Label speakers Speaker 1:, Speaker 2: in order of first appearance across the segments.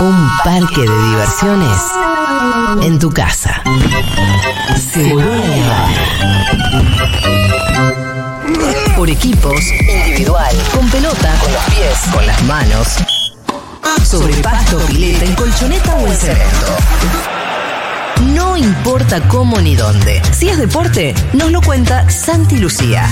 Speaker 1: Un parque de diversiones en tu casa. Seguro la Habana. Por equipos, individual, con pelota, con los pies, con las manos, sobre pasto, pileta, en colchoneta o en cemento. No importa cómo ni dónde. Si es deporte, nos lo cuenta Santi Lucía.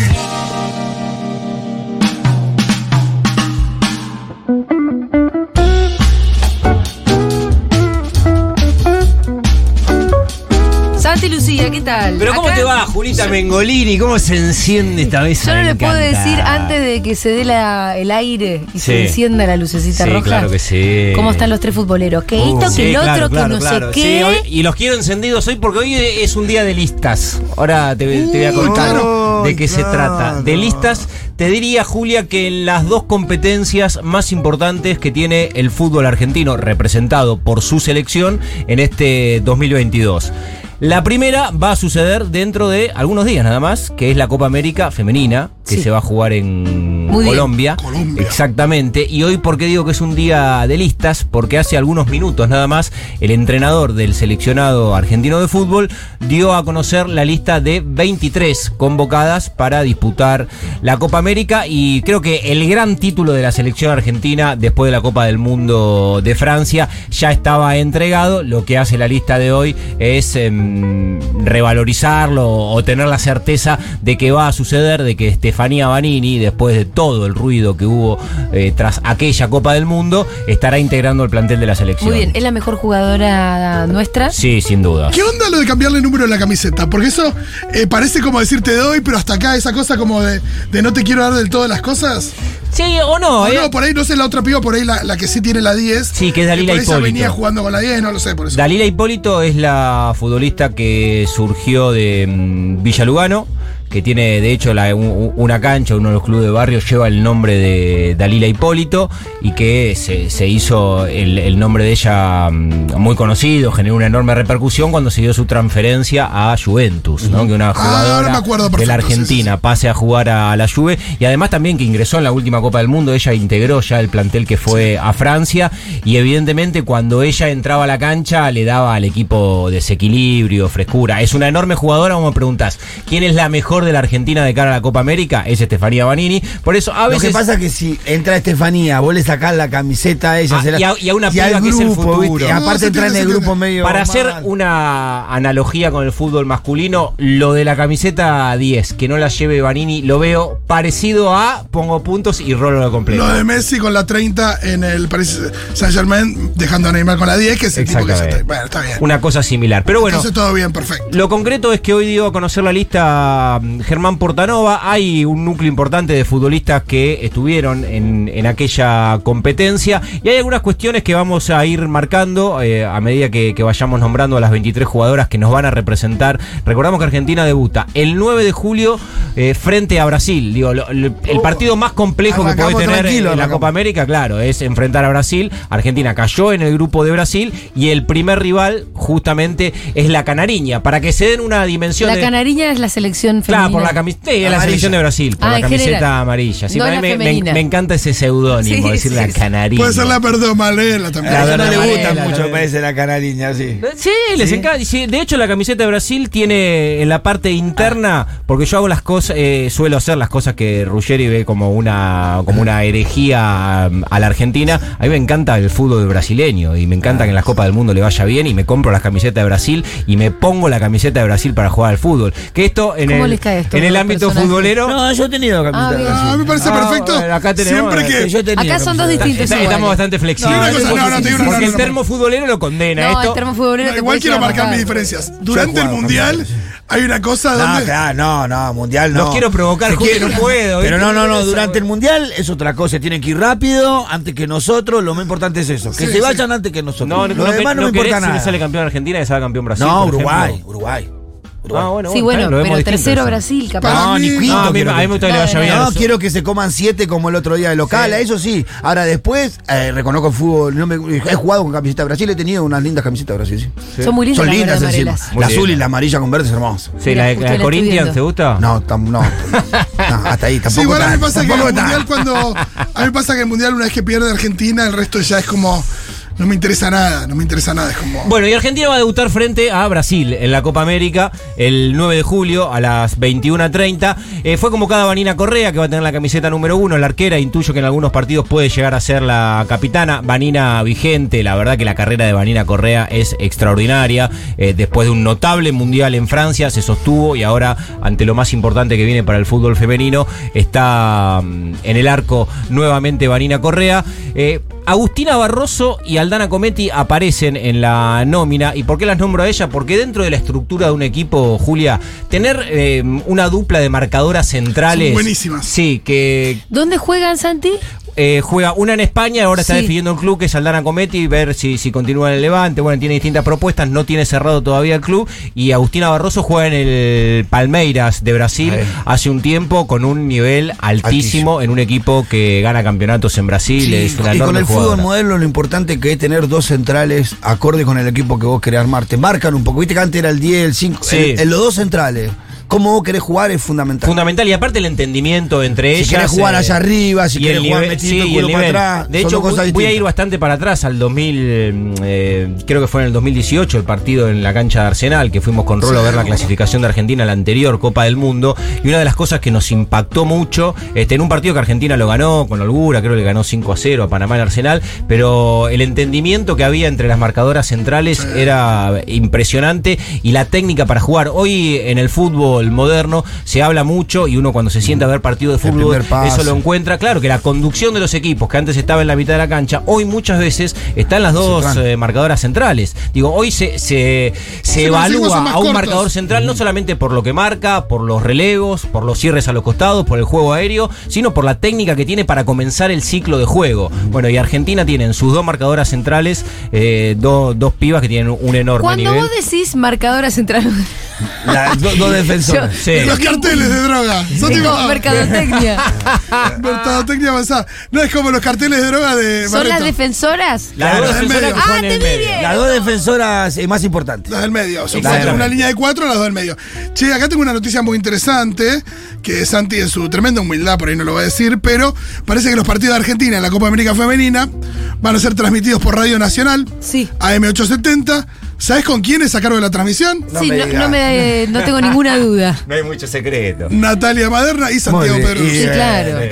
Speaker 2: Santi Lucía, ¿qué tal?
Speaker 3: Pero ¿cómo
Speaker 2: Acá
Speaker 3: te va, Julita Mengolini? ¿Cómo se enciende esta vez?
Speaker 2: Yo no
Speaker 3: Me
Speaker 2: le puedo
Speaker 3: encanta.
Speaker 2: decir antes de que se dé la- el aire y se
Speaker 3: Sí.
Speaker 2: encienda la lucecita
Speaker 3: Sí,
Speaker 2: roja.
Speaker 3: claro que sí.
Speaker 2: ¿Cómo están los tres futboleros? Que
Speaker 3: Uh,
Speaker 2: esto,
Speaker 3: sí,
Speaker 2: que el
Speaker 3: claro,
Speaker 2: otro,
Speaker 3: claro,
Speaker 2: que no
Speaker 3: claro.
Speaker 2: sé
Speaker 3: Sí,
Speaker 2: qué.
Speaker 3: hoy- y los quiero encendidos hoy porque hoy es un día de listas. Ahora te, te voy a contar
Speaker 4: claro.
Speaker 3: de qué se
Speaker 4: Claro.
Speaker 3: trata. De listas, te diría, Julia, que las dos competencias más importantes que tiene el fútbol argentino, representado por su selección en este 2022. La primera va a suceder dentro de algunos días nada más, que es la Copa América Femenina, que
Speaker 2: Sí.
Speaker 3: se va a jugar en
Speaker 2: Muy bien.
Speaker 3: Colombia. Exactamente. Y hoy, ¿por qué digo que es un día de listas? Porque hace algunos minutos nada más, el entrenador del seleccionado argentino de fútbol dio a conocer la lista de 23 convocadas para disputar la Copa América. Y creo que el gran título de la selección argentina después de la Copa del Mundo de Francia ya estaba entregado. Lo que hace la lista de hoy es em, revalorizarlo o tener la certeza de que va a suceder, de que Estefanía Banini, después de todo el ruido que hubo eh, tras aquella Copa del Mundo, estará integrando el plantel de la selección.
Speaker 2: Muy bien, es la mejor jugadora nuestra.
Speaker 3: Sí, sin duda.
Speaker 4: ¿Qué onda lo de cambiarle el número en la camiseta? Porque eso eh, parece como decir te doy, pero hasta acá esa cosa como de, de no te quiero dar del todo las cosas.
Speaker 3: Sí, o no,
Speaker 4: O
Speaker 3: eh.
Speaker 4: no, por ahí no sé la otra piba, por ahí la, la que sí tiene la 10.
Speaker 3: Sí, que es Dalila
Speaker 4: y por ahí ya
Speaker 3: Hipólito.
Speaker 4: venía jugando con la 10, no lo sé, por eso.
Speaker 3: Dalila Hipólito es la futbolista que surgió de mm, Villa Lugano, que tiene de hecho la- u- una cancha, uno de los clubes de barrio lleva el nombre de Dalila Hipólito y que se, se hizo el, el nombre de ella mm, muy conocido, generó una enorme repercusión cuando se dio su transferencia a Juventus, ¿no? que una
Speaker 4: Ah, ahora
Speaker 3: jugadora
Speaker 4: me acuerdo
Speaker 3: de la
Speaker 4: perfecto, sí, sí,
Speaker 3: Argentina Argentina pase a jugar a la Juve y además también que ingresó en la última Copa del Mundo, ella integró ya el plantel que fue a Francia y evidentemente cuando ella entraba a la cancha le daba al equipo desequilibrio, frescura. Es una enorme jugadora, vos me preguntás, ¿quién es la mejor de la Argentina de cara a la Copa América? Es Estefanía Banini. Por eso a
Speaker 5: Lo
Speaker 3: veces
Speaker 5: que pasa es que si entra Estefanía, vos le sacás la camiseta a ella,
Speaker 3: Ah,
Speaker 5: se la-
Speaker 3: y a- y a una
Speaker 5: al
Speaker 3: piba que es el futuro.
Speaker 5: ¿viste? Y
Speaker 3: No,
Speaker 5: aparte
Speaker 4: se
Speaker 5: entra
Speaker 4: entiende,
Speaker 5: en el
Speaker 4: se
Speaker 5: grupo
Speaker 4: entiende.
Speaker 5: medio.
Speaker 3: Para
Speaker 5: más.
Speaker 3: hacer una analogía con el fútbol masculino, lo de la camiseta 10, que no la lleve Banini, lo veo parecido a pongo puntos y rolo lo completo.
Speaker 4: Lo de Messi con la 30 en el Paris Saint Germain, dejando a Neymar con la 10, que es el tipo que se
Speaker 3: Exactamente.
Speaker 4: Bueno, está bien.
Speaker 3: Una cosa similar. Pero bueno,
Speaker 4: Entonces todo bien, perfecto.
Speaker 3: lo concreto es que hoy dio a conocer la lista mm, Germán Portanova. Hay un núcleo importante de futbolistas que estuvieron en, en aquella competencia. Y hay algunas cuestiones que vamos a ir marcando eh, a medida que, que vayamos nombrando a las 23 jugadoras que nos van a representar. Recordamos que Argentina debuta el 9 de julio eh, frente a Brasil. Digo, lo- lo- el partido más complejo que puede
Speaker 5: Uh, Arrancamos
Speaker 3: tener en
Speaker 5: tranquilo,
Speaker 3: la
Speaker 5: arrancamos.
Speaker 3: Copa América, claro, es enfrentar a Brasil. Argentina cayó en el grupo de Brasil y el primer rival justamente es la Canariña. Para que se den una dimensión
Speaker 2: La
Speaker 3: de-
Speaker 2: canariña es la selección femenina.
Speaker 3: Claro, por la camiseta, es la
Speaker 5: Amarilla.
Speaker 3: selección de Brasil, por
Speaker 2: Ah,
Speaker 3: la
Speaker 2: en
Speaker 3: camiseta
Speaker 2: general.
Speaker 3: amarilla. Sí,
Speaker 2: No
Speaker 3: para
Speaker 2: la
Speaker 3: mí me,
Speaker 2: femenina.
Speaker 3: me- me encanta ese seudónimo,
Speaker 2: Sí,
Speaker 3: decir
Speaker 2: sí,
Speaker 3: la
Speaker 2: sí.
Speaker 3: Canariña.
Speaker 4: Puede ser la perdón Malena también.
Speaker 5: A
Speaker 3: La
Speaker 5: ella no
Speaker 3: de
Speaker 5: le
Speaker 3: la
Speaker 5: gusta
Speaker 3: manera, la
Speaker 5: mucho,
Speaker 3: de-
Speaker 5: parece la canariña, sí.
Speaker 3: Sí, les encanta. Sí, de hecho, la camiseta de Brasil tiene en la parte interna, porque yo hago las cosas, eh, suelo hacer las cosas que Ruggeri ve como una, como una herejía mm, a la Argentina. A mí me encanta el fútbol brasileño y me encanta que en las Copas del Mundo le vaya bien y me compro las camisetas de Brasil y me pongo la camiseta de Brasil para jugar al fútbol. Que esto en
Speaker 2: ¿Cómo
Speaker 3: el,
Speaker 2: les cae esto
Speaker 3: en el
Speaker 2: a los
Speaker 3: ámbito
Speaker 2: personajes?
Speaker 3: futbolero.
Speaker 5: No, yo he tenido
Speaker 2: Ah, bien.
Speaker 5: camiseta.
Speaker 4: Ah, me parece
Speaker 3: Ah,
Speaker 4: perfecto.
Speaker 3: bueno, acá tenemos- eh,
Speaker 4: Siempre que.
Speaker 5: Yo he tenido
Speaker 2: Acá son dos
Speaker 5: camiseta.
Speaker 2: distintos.
Speaker 3: Está- estamos bastante flexibles.
Speaker 4: No, una cosa- no, no, te digo una
Speaker 3: porque el
Speaker 4: cosa.
Speaker 3: termo futbolero lo condena.
Speaker 2: No,
Speaker 3: esto,
Speaker 2: el termo futbolero
Speaker 4: No,
Speaker 2: te
Speaker 4: igual
Speaker 2: puede
Speaker 4: quiero
Speaker 2: llevar
Speaker 4: marcar
Speaker 3: ah,
Speaker 2: bajado.
Speaker 4: mis diferencias. Durante
Speaker 5: Yo he
Speaker 4: el
Speaker 5: jugado
Speaker 4: mundial hay una cosa
Speaker 5: No,
Speaker 4: donde.
Speaker 5: claro, no, no, mundial no.
Speaker 3: los quiero provocar,
Speaker 5: Se
Speaker 3: Juli,
Speaker 5: quiere-
Speaker 3: no puedo.
Speaker 5: Pero
Speaker 3: ¿viste?
Speaker 5: no, no, no,
Speaker 3: Esa,
Speaker 5: durante el mundial es otra cosa, tienen que ir rápido, antes que nosotros, lo más importante es eso, que
Speaker 4: Sí,
Speaker 5: se vayan antes que nosotros.
Speaker 3: No, no,
Speaker 5: lo
Speaker 3: no,
Speaker 5: demás
Speaker 3: no
Speaker 5: no, me
Speaker 3: querés
Speaker 5: importa
Speaker 3: si que
Speaker 5: nada.
Speaker 3: sale campeón Argentina, que sale campeón Brasil.
Speaker 5: no,
Speaker 3: por ejemplo.
Speaker 5: Uruguay, Uruguay, Uruguay.
Speaker 3: Ah, bueno,
Speaker 2: Sí,
Speaker 3: bueno,
Speaker 2: bueno,
Speaker 3: lo vemos
Speaker 2: pero
Speaker 3: distinto
Speaker 2: tercero
Speaker 3: eso.
Speaker 2: Brasil, capaz.
Speaker 4: Para
Speaker 5: No,
Speaker 4: mí-
Speaker 5: ni
Speaker 4: No,
Speaker 5: quinto.
Speaker 3: No, a mí,
Speaker 5: quiero
Speaker 3: a mí me gusta que le
Speaker 2: Claro,
Speaker 3: vaya
Speaker 2: no,
Speaker 3: bien. a
Speaker 5: No,
Speaker 3: eso.
Speaker 5: quiero que se coman siete como el otro día de local, eso sí. Ahora después, eh, reconozco el fútbol, no me- he jugado con camiseta de Brasil, he tenido unas lindas camisetas de Brasil, sí.
Speaker 2: Son muy lindas
Speaker 5: Son
Speaker 2: las
Speaker 5: lindas
Speaker 2: verdes
Speaker 5: encima.
Speaker 2: amarelas.
Speaker 3: Muy
Speaker 5: La azul
Speaker 3: lindas.
Speaker 5: y la amarilla con verde es hermosa.
Speaker 3: Sí,
Speaker 2: Mira,
Speaker 3: la de
Speaker 2: justo la
Speaker 3: la
Speaker 2: estoy
Speaker 3: Corinthians,
Speaker 2: viendo.
Speaker 3: ¿te gusta?
Speaker 5: No, tam- no, no, hasta ahí, tampoco.
Speaker 4: Sí, igual a mí
Speaker 5: tan-
Speaker 4: me pasa que en
Speaker 5: tampoco
Speaker 4: el
Speaker 5: tan-
Speaker 4: mundial cuando. A mí me pasa que en el mundial una vez que pierde Argentina, el resto ya es como. no me interesa nada, no me interesa nada. Es como.
Speaker 3: Bueno, y Argentina va a debutar frente a Brasil en la Copa América el 9 de julio a las 21.30. Eh, fue convocada Vanina Correa, que va a tener la camiseta número 1, la arquera. Intuyo que en algunos partidos puede llegar a ser la capitana. Vanina vigente, la verdad que la carrera de Vanina Correa es extraordinaria. Eh, después de un notable mundial en Francia, se sostuvo y ahora, ante lo más importante que viene para el fútbol femenino, está mm, en el arco nuevamente Vanina Correa. Eh, Agustina Barroso y Aldana Cometi aparecen en la nómina. ¿Y por qué las nombro a ella? Porque dentro de la estructura de un equipo, Julia, tener eh, una dupla de marcadoras centrales.
Speaker 4: Son buenísimas.
Speaker 3: Sí, que
Speaker 2: ¿Dónde juegan, Santi?
Speaker 3: eh, juega una en España, ahora está
Speaker 2: Sí.
Speaker 3: definiendo el club que es Aldana Cometi, ver si, si continúa en el Levante. Bueno, tiene distintas propuestas, no tiene cerrado todavía el club. Y Agustina Barroso juega en el Palmeiras de Brasil
Speaker 5: Ahí.
Speaker 3: hace un tiempo con un nivel altísimo,
Speaker 5: Altísimo.
Speaker 3: en un equipo que gana campeonatos en Brasil.
Speaker 5: Sí,
Speaker 3: es una
Speaker 5: y con
Speaker 3: enorme
Speaker 5: el fútbol
Speaker 3: jugadora.
Speaker 5: moderno lo importante que es tener dos centrales acorde con el equipo que vos querés armar. Te marcan un poco. Viste que antes era el 10, el 5.
Speaker 3: Sí.
Speaker 5: el- el- los dos centrales. Cómo vos querés jugar es fundamental.
Speaker 3: Fundamental y aparte el entendimiento entre
Speaker 5: Si
Speaker 3: ellas.
Speaker 5: querés jugar
Speaker 3: eh,
Speaker 5: allá arriba, si
Speaker 3: y
Speaker 5: querés
Speaker 3: el
Speaker 5: jugar
Speaker 3: nivel-
Speaker 5: metido
Speaker 3: sí,
Speaker 5: el
Speaker 3: y
Speaker 5: culo para
Speaker 3: nivel.
Speaker 5: atrás.
Speaker 3: De
Speaker 5: son
Speaker 3: hecho,
Speaker 5: dos cosas
Speaker 3: voy voy a ir
Speaker 5: distintas.
Speaker 3: bastante para atrás al 2000, eh, creo que fue en el 2018 el partido en la cancha de Arsenal, que fuimos con Rolo a ver la clasificación de Argentina a la anterior Copa del Mundo. Y una de las cosas que nos impactó mucho, este, en un partido que Argentina lo ganó con holgura, creo que le ganó 5 a 0 a Panamá en Arsenal, pero el entendimiento que había entre las marcadoras centrales era impresionante y la técnica para jugar. Hoy en el fútbol moderno se habla mucho y uno cuando se sienta a ver partido de
Speaker 5: El
Speaker 3: fútbol,
Speaker 5: primer pase.
Speaker 3: eso lo encuentra, claro, que la conducción de los equipos, que antes estaba en la mitad de la cancha, hoy muchas veces están las dos
Speaker 5: Central.
Speaker 3: eh, marcadoras centrales. Digo, hoy se, se, se
Speaker 4: Sí, los equipos
Speaker 3: evalúa
Speaker 4: son más
Speaker 3: a un
Speaker 4: cortos.
Speaker 3: marcador central no solamente por lo que marca, por los relevos, por los cierres a los costados, por el juego aéreo, sino por la técnica que tiene para comenzar el ciclo de juego. Bueno, y Argentina tiene en sus dos marcadoras centrales eh, do- dos pibas que tienen un enorme
Speaker 2: Cuando
Speaker 3: nivel.
Speaker 2: vos decís marcadora central,
Speaker 5: La- do- dos defensores.
Speaker 3: Sí.
Speaker 4: Los carteles de droga. Son tipo.
Speaker 2: mercadotecnia,
Speaker 4: Mercadotecnia avanzada. No es como los carteles de droga de.
Speaker 2: ¿son las
Speaker 4: Barreto.
Speaker 2: defensoras?
Speaker 3: Las
Speaker 5: Claro,
Speaker 3: dos
Speaker 4: en
Speaker 3: defensoras
Speaker 4: medio.
Speaker 3: que juegan
Speaker 2: Ah,
Speaker 3: en el
Speaker 2: te
Speaker 3: medio.
Speaker 2: vi bien.
Speaker 5: Las dos defensoras eh, más importantes.
Speaker 4: Las del medio, son
Speaker 5: Exacto.
Speaker 4: cuatro, una línea de cuatro, las dos del medio. Che, acá tengo una noticia muy interesante, que Santi en su tremenda humildad por ahí no lo va a decir, pero parece que los partidos de Argentina en la Copa América Femenina van a ser transmitidos por Radio Nacional,
Speaker 2: Sí.
Speaker 4: AM870. ¿Sabes con quién es a cargo de la transmisión?
Speaker 5: No
Speaker 2: sí,
Speaker 5: me
Speaker 2: no,
Speaker 5: digas.
Speaker 2: no me- no tengo ninguna duda.
Speaker 3: No hay mucho secreto.
Speaker 4: Natalia Maderna y
Speaker 5: Muy
Speaker 4: Santiago
Speaker 5: bien,
Speaker 4: Pedro.
Speaker 5: y,
Speaker 2: Sí,
Speaker 5: eh,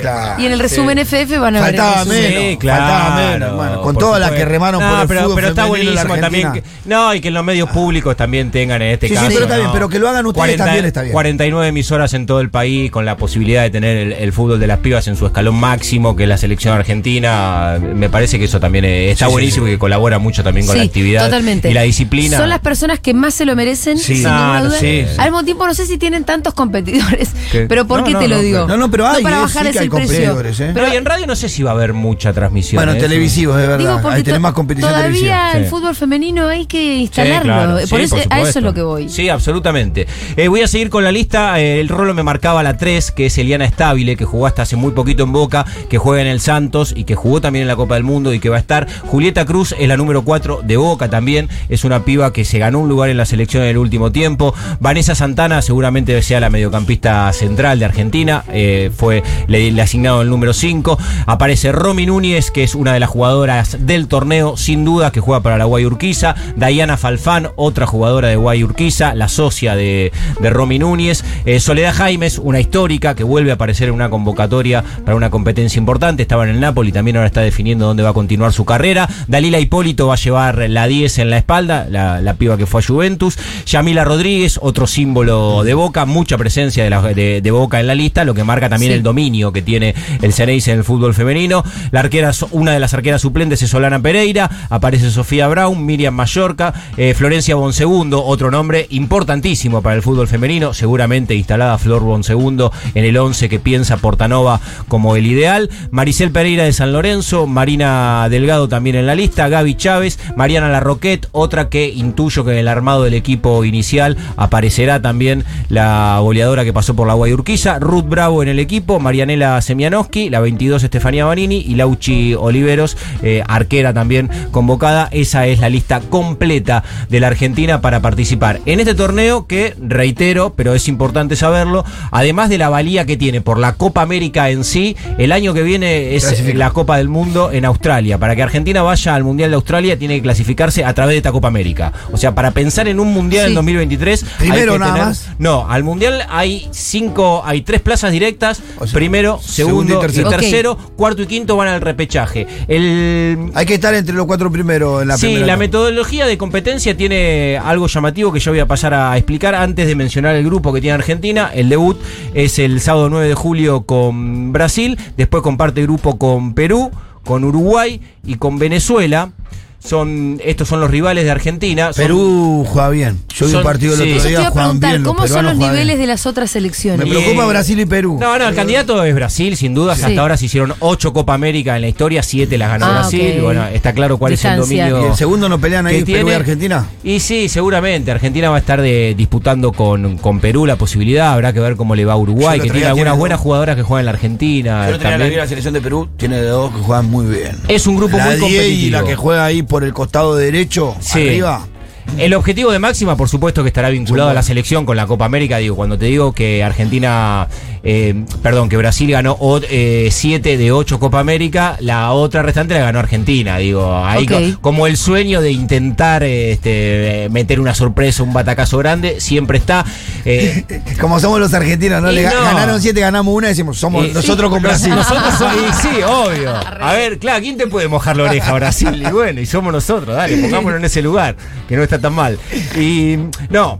Speaker 2: claro. Y en el resumen FF van a ver. el
Speaker 5: Faltaba
Speaker 2: resumen.
Speaker 5: menos,
Speaker 3: Sí, claro.
Speaker 5: faltaba menos, hermano. Con
Speaker 3: por
Speaker 5: todas las
Speaker 3: supuesto.
Speaker 5: que remaron
Speaker 3: No,
Speaker 5: por el
Speaker 3: pero,
Speaker 5: fútbol
Speaker 3: pero está
Speaker 5: femenino en la
Speaker 3: buenísimo también.
Speaker 5: Argentina. Ah.
Speaker 3: que- no, y que en los medios públicos también tengan en este
Speaker 5: Sí, sí,
Speaker 3: caso.
Speaker 5: pero está
Speaker 3: ¿no?
Speaker 5: bien, pero que lo hagan ustedes también está bien.
Speaker 3: 49 emisoras en todo el país con la posibilidad de tener el, el fútbol de las pibas en su escalón máximo, que es la selección argentina. Me parece que eso también eh, está buenísimo y que colabora mucho también con la
Speaker 2: Sí,
Speaker 3: actividad
Speaker 2: totalmente.
Speaker 3: y la disciplina.
Speaker 2: Son las personas que más se lo merecen,
Speaker 5: Sí.
Speaker 2: sin
Speaker 3: Claro,
Speaker 2: ninguna duda.
Speaker 3: sí.
Speaker 2: Al mismo tiempo, no sé si tienen tantos competidores.
Speaker 3: ¿Qué?
Speaker 2: Pero ¿por
Speaker 3: No,
Speaker 2: qué
Speaker 3: no,
Speaker 2: te
Speaker 3: no,
Speaker 2: lo digo?
Speaker 5: pero- no, no, pero hay,
Speaker 2: para
Speaker 5: eh,
Speaker 2: bajar
Speaker 5: sí que
Speaker 2: ese
Speaker 5: hay
Speaker 2: precio.
Speaker 5: competidores, eh.
Speaker 3: pero y en radio no sé si va a haber mucha transmisión.
Speaker 5: Bueno,
Speaker 3: ¿eh?
Speaker 5: televisivos, es verdad.
Speaker 2: porque
Speaker 5: Ahí tenés
Speaker 2: to-
Speaker 5: más competición
Speaker 2: todavía
Speaker 5: televisiva.
Speaker 2: el
Speaker 3: Sí.
Speaker 2: fútbol femenino hay que
Speaker 3: Sí,
Speaker 2: instalarlo.
Speaker 3: claro,
Speaker 2: por
Speaker 3: sí,
Speaker 2: eso, a eso
Speaker 3: supuesto.
Speaker 2: es lo que voy.
Speaker 3: Sí, absolutamente. Eh, voy a seguir con la lista. Eh, el rolo me marcaba la 3, que es Eliana Estabile, que jugó hasta hace muy poquito en Boca, que juega en el Santos y que jugó también en la Copa del Mundo y que va a estar. Julieta Cruz es la número 4 de Boca también. Es una piba que se ganó un lugar en la selección en el último tiempo. Vanessa Santana seguramente sea la mediocampista central de Argentina. Eh, fue, le, le asignaron el número 5. Aparece Romy Núñez, que es una de las jugadoras del torneo, sin duda, que juega para la Guay Urquiza. Diana Falfán, otra jugadora de Guay Urquiza, la socia de, de Romy Núñez. Eh, Soledad Jaimes, una histórica que vuelve a aparecer en una convocatoria para una competencia importante. Estaba en el Napoli, también ahora está definiendo dónde va a continuar su carrera. Dalila Hipólito va a llevar la 10 en la espalda, la, la piba que fue a Juventus. Yamila Rodríguez, otro símbolo de Boca, mucha presencia de, la- de- de Boca en la lista, lo que marca también el dominio que tiene el Ceneis en el fútbol femenino. La arquera, una de las arqueras suplentes es Solana Pereira, aparece Sofía Brown, Miriam Mallorca, eh, Florencia Bonsegundo, otro nombre importantísimo para el fútbol femenino, seguramente instalada Flor Bonsegundo en el 11 que piensa Portanova como el ideal. Maricel Pereira de San Lorenzo, Marina Delgado también en la lista, Gaby Chávez, Mariana Larroquet, otra que que intuyo que en el armado del equipo inicial aparecerá también la goleadora que pasó por la Guayurquiza, Ruth Bravo en el equipo, Marianela Semianowski, la 22 Estefanía Banini y Lauchi Oliveros, eh, arquera también convocada. Esa es la lista completa de la Argentina para participar en este torneo que, reitero, pero es importante saberlo, además de la valía que tiene por la Copa América en sí, el año que viene es
Speaker 5: Clasifica.
Speaker 3: la Copa del Mundo en Australia. Para que Argentina vaya al Mundial de Australia tiene que clasificarse a través de esta Copa América. O sea, para pensar en un Mundial
Speaker 2: Sí.
Speaker 3: en 2023... hay
Speaker 5: Primero
Speaker 3: que
Speaker 5: nada más.
Speaker 3: No, al Mundial hay cinco, hay tres plazas directas.
Speaker 5: O sea,
Speaker 3: primero,
Speaker 5: segundo y
Speaker 3: segundo,
Speaker 5: tercero.
Speaker 3: y tercero. Cuarto y quinto van al repechaje. El,
Speaker 5: Hay que estar entre los cuatro primeros en la
Speaker 3: sí,
Speaker 5: primera
Speaker 3: la
Speaker 5: etapa.
Speaker 3: metodología de competencia tiene algo llamativo que yo voy a pasar a explicar antes de mencionar el grupo que tiene Argentina. El debut es el sábado 9 de julio con Brasil, después comparte grupo con Perú, con Uruguay y con Venezuela. Son, estos son los rivales de Argentina. Son-
Speaker 5: Perú juega bien. Yo vi
Speaker 3: Son-
Speaker 5: un partido el
Speaker 3: sí.
Speaker 5: otro
Speaker 2: Yo te
Speaker 5: día.
Speaker 2: iba a
Speaker 5: juegan
Speaker 2: preguntar,
Speaker 5: bien, los
Speaker 2: ¿cómo son
Speaker 5: peruanos
Speaker 2: los
Speaker 5: juegan
Speaker 2: niveles
Speaker 5: bien.
Speaker 2: de las otras
Speaker 5: Me
Speaker 2: selecciones?
Speaker 3: Y-
Speaker 5: preocupa Brasil y Perú.
Speaker 3: No, no, el candidato es Brasil, sin dudas.
Speaker 2: Sí.
Speaker 3: Hasta ahora se hicieron ocho Copa América en la historia, siete las ganó
Speaker 2: Ah,
Speaker 3: Brasil.
Speaker 2: ok.
Speaker 3: Bueno, está claro cuál
Speaker 2: Distancia.
Speaker 3: es el
Speaker 5: ¿Y
Speaker 3: dominio.
Speaker 5: el segundo no pelean ahí
Speaker 3: que
Speaker 5: Perú y
Speaker 3: tiene. Ah,
Speaker 5: Argentina?
Speaker 3: Y sí, seguramente. Argentina va a estar de- disputando con, con Perú la posibilidad. Habrá que ver cómo le va a Uruguay,
Speaker 5: Yo el otro
Speaker 3: que tiene
Speaker 5: día
Speaker 3: algunas
Speaker 5: tiene-
Speaker 3: buenas jugadoras que juegan en la Argentina.
Speaker 5: Yo no tenía la
Speaker 3: también.
Speaker 5: vida, la selección de Perú tiene dos que juegan muy bien.
Speaker 3: Es un grupo
Speaker 5: la
Speaker 3: muy
Speaker 5: 10
Speaker 3: competitivo.
Speaker 5: y la que juega ahí por el costado derecho,
Speaker 3: Sí.
Speaker 5: arriba.
Speaker 3: El objetivo de Máxima, por supuesto, que estará vinculado a la selección con la Copa América. Digo, cuando te digo que Argentina, eh, perdón, que Brasil ganó 7 de 8 Copa América, la otra restante la ganó Argentina. Digo, ahí
Speaker 2: Ok.
Speaker 3: co- como el sueño de intentar eh, este, eh, meter una sorpresa, un batacazo grande, siempre está. Eh,
Speaker 5: Como somos los argentinos, ¿no?
Speaker 3: Y
Speaker 5: Le ga-
Speaker 3: no.
Speaker 5: Ganaron siete, ganamos una y decimos, somos
Speaker 3: eh,
Speaker 5: nosotros con
Speaker 3: nos-
Speaker 5: Brasil.
Speaker 3: Nosotros somos- y sí, obvio. A ver, claro, ¿quién te puede mojar la oreja, Brasil? Y bueno, y somos nosotros, dale, pongámonos en ese lugar, que no está tan mal. Y no,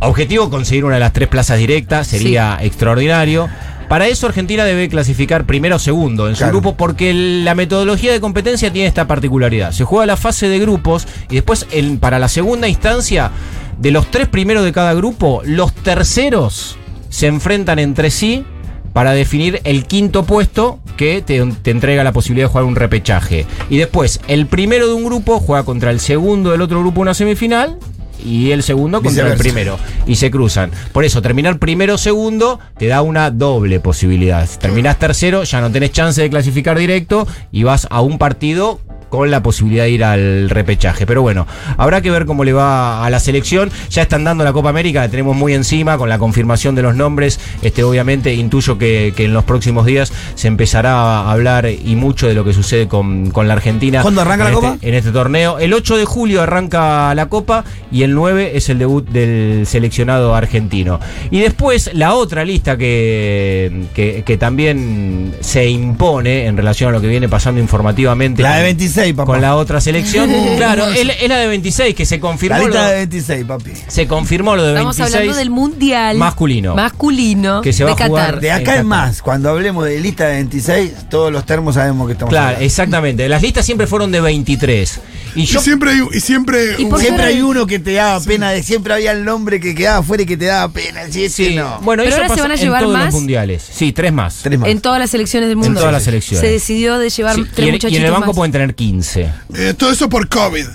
Speaker 3: objetivo conseguir una de las tres plazas directas, sería extraordinario. Para eso Argentina debe clasificar primero o segundo en su
Speaker 5: Claro.
Speaker 3: grupo porque el- la metodología de competencia tiene esta particularidad. Se juega la fase de grupos y después el- para la segunda instancia, de los tres primeros de cada grupo, los terceros se enfrentan entre sí para definir el quinto puesto que te, te entrega la posibilidad de jugar un repechaje. Y después, el primero de un grupo juega contra el segundo del otro grupo una semifinal y el segundo contra el
Speaker 5: Viceversa.
Speaker 3: primero y se cruzan. Por eso, terminar primero o segundo te da una doble posibilidad. Si terminás tercero, ya no tenés chance de clasificar directo y vas a un partido con la posibilidad de ir al repechaje. Pero bueno, habrá que ver cómo le va a la selección. Ya están dando la Copa América, la tenemos muy encima con la confirmación de los nombres. Este, obviamente, intuyo que, que en los próximos días se empezará a hablar y mucho de lo que sucede con, con la Argentina.
Speaker 5: ¿Cuándo arranca
Speaker 3: en
Speaker 5: la
Speaker 3: este-
Speaker 5: Copa?
Speaker 3: en este torneo. El 8 de julio arranca la Copa y el 9 es el debut del seleccionado argentino. Y después la otra lista que, que, que también se impone en relación a lo que viene pasando informativamente
Speaker 5: La de
Speaker 3: con-
Speaker 5: 26, papá.
Speaker 3: con la otra selección. claro, es, es la de 26 que se
Speaker 5: La
Speaker 3: confirmó.
Speaker 5: lista
Speaker 3: lo-
Speaker 5: de 26, papi.
Speaker 3: Se confirmó lo de
Speaker 2: Estamos
Speaker 3: 26.
Speaker 2: hablando del mundial
Speaker 3: masculino.
Speaker 2: masculino
Speaker 3: Que se va
Speaker 2: de
Speaker 3: a jugar
Speaker 2: Qatar.
Speaker 5: De acá
Speaker 3: Exacto.
Speaker 5: en más, cuando hablemos de lista de 26, todos los termos sabemos que estamos
Speaker 3: Claro,
Speaker 5: hablando.
Speaker 3: exactamente. Las listas siempre fueron de 23. Y
Speaker 4: Y
Speaker 3: yo
Speaker 4: siempre hay, y siempre
Speaker 2: ¿Y
Speaker 4: un-
Speaker 2: por qué
Speaker 5: Siempre
Speaker 2: ahora-
Speaker 5: hay uno que te daba pena, de siempre había el nombre que quedaba afuera y que te daba pena. Sí, sí,
Speaker 3: Sí,
Speaker 5: no.
Speaker 3: Bueno,
Speaker 2: Pero
Speaker 3: eso
Speaker 2: ahora se
Speaker 3: pasa
Speaker 2: van a
Speaker 3: en
Speaker 2: llevar
Speaker 3: todos
Speaker 2: más.
Speaker 3: los mundiales. Sí, tres más.
Speaker 5: Tres más.
Speaker 2: En todas las selecciones del
Speaker 3: en
Speaker 2: mundo.
Speaker 3: todas las elecciones.
Speaker 2: Se decidió de llevar
Speaker 3: Sí,
Speaker 2: tres
Speaker 3: y, en,
Speaker 2: muchachitos
Speaker 3: y en el banco
Speaker 2: más.
Speaker 3: pueden tener 15.
Speaker 4: eh, todo eso por COVID.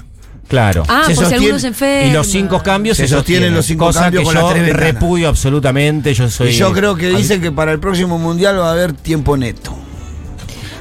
Speaker 3: Claro.
Speaker 2: Ah, por
Speaker 5: Se
Speaker 2: si
Speaker 5: sostiene-
Speaker 2: algunos se enferma.
Speaker 3: y los cinco cambios
Speaker 5: Se
Speaker 3: se
Speaker 5: sostienen
Speaker 3: sostienen.
Speaker 5: los cinco
Speaker 3: cosa
Speaker 5: cambios
Speaker 3: que
Speaker 5: con
Speaker 3: yo
Speaker 5: las tres ventanas.
Speaker 3: repudio absolutamente. Yo soy.
Speaker 5: Y yo creo que
Speaker 3: Así-
Speaker 5: dicen que para el próximo mundial va a haber tiempo neto.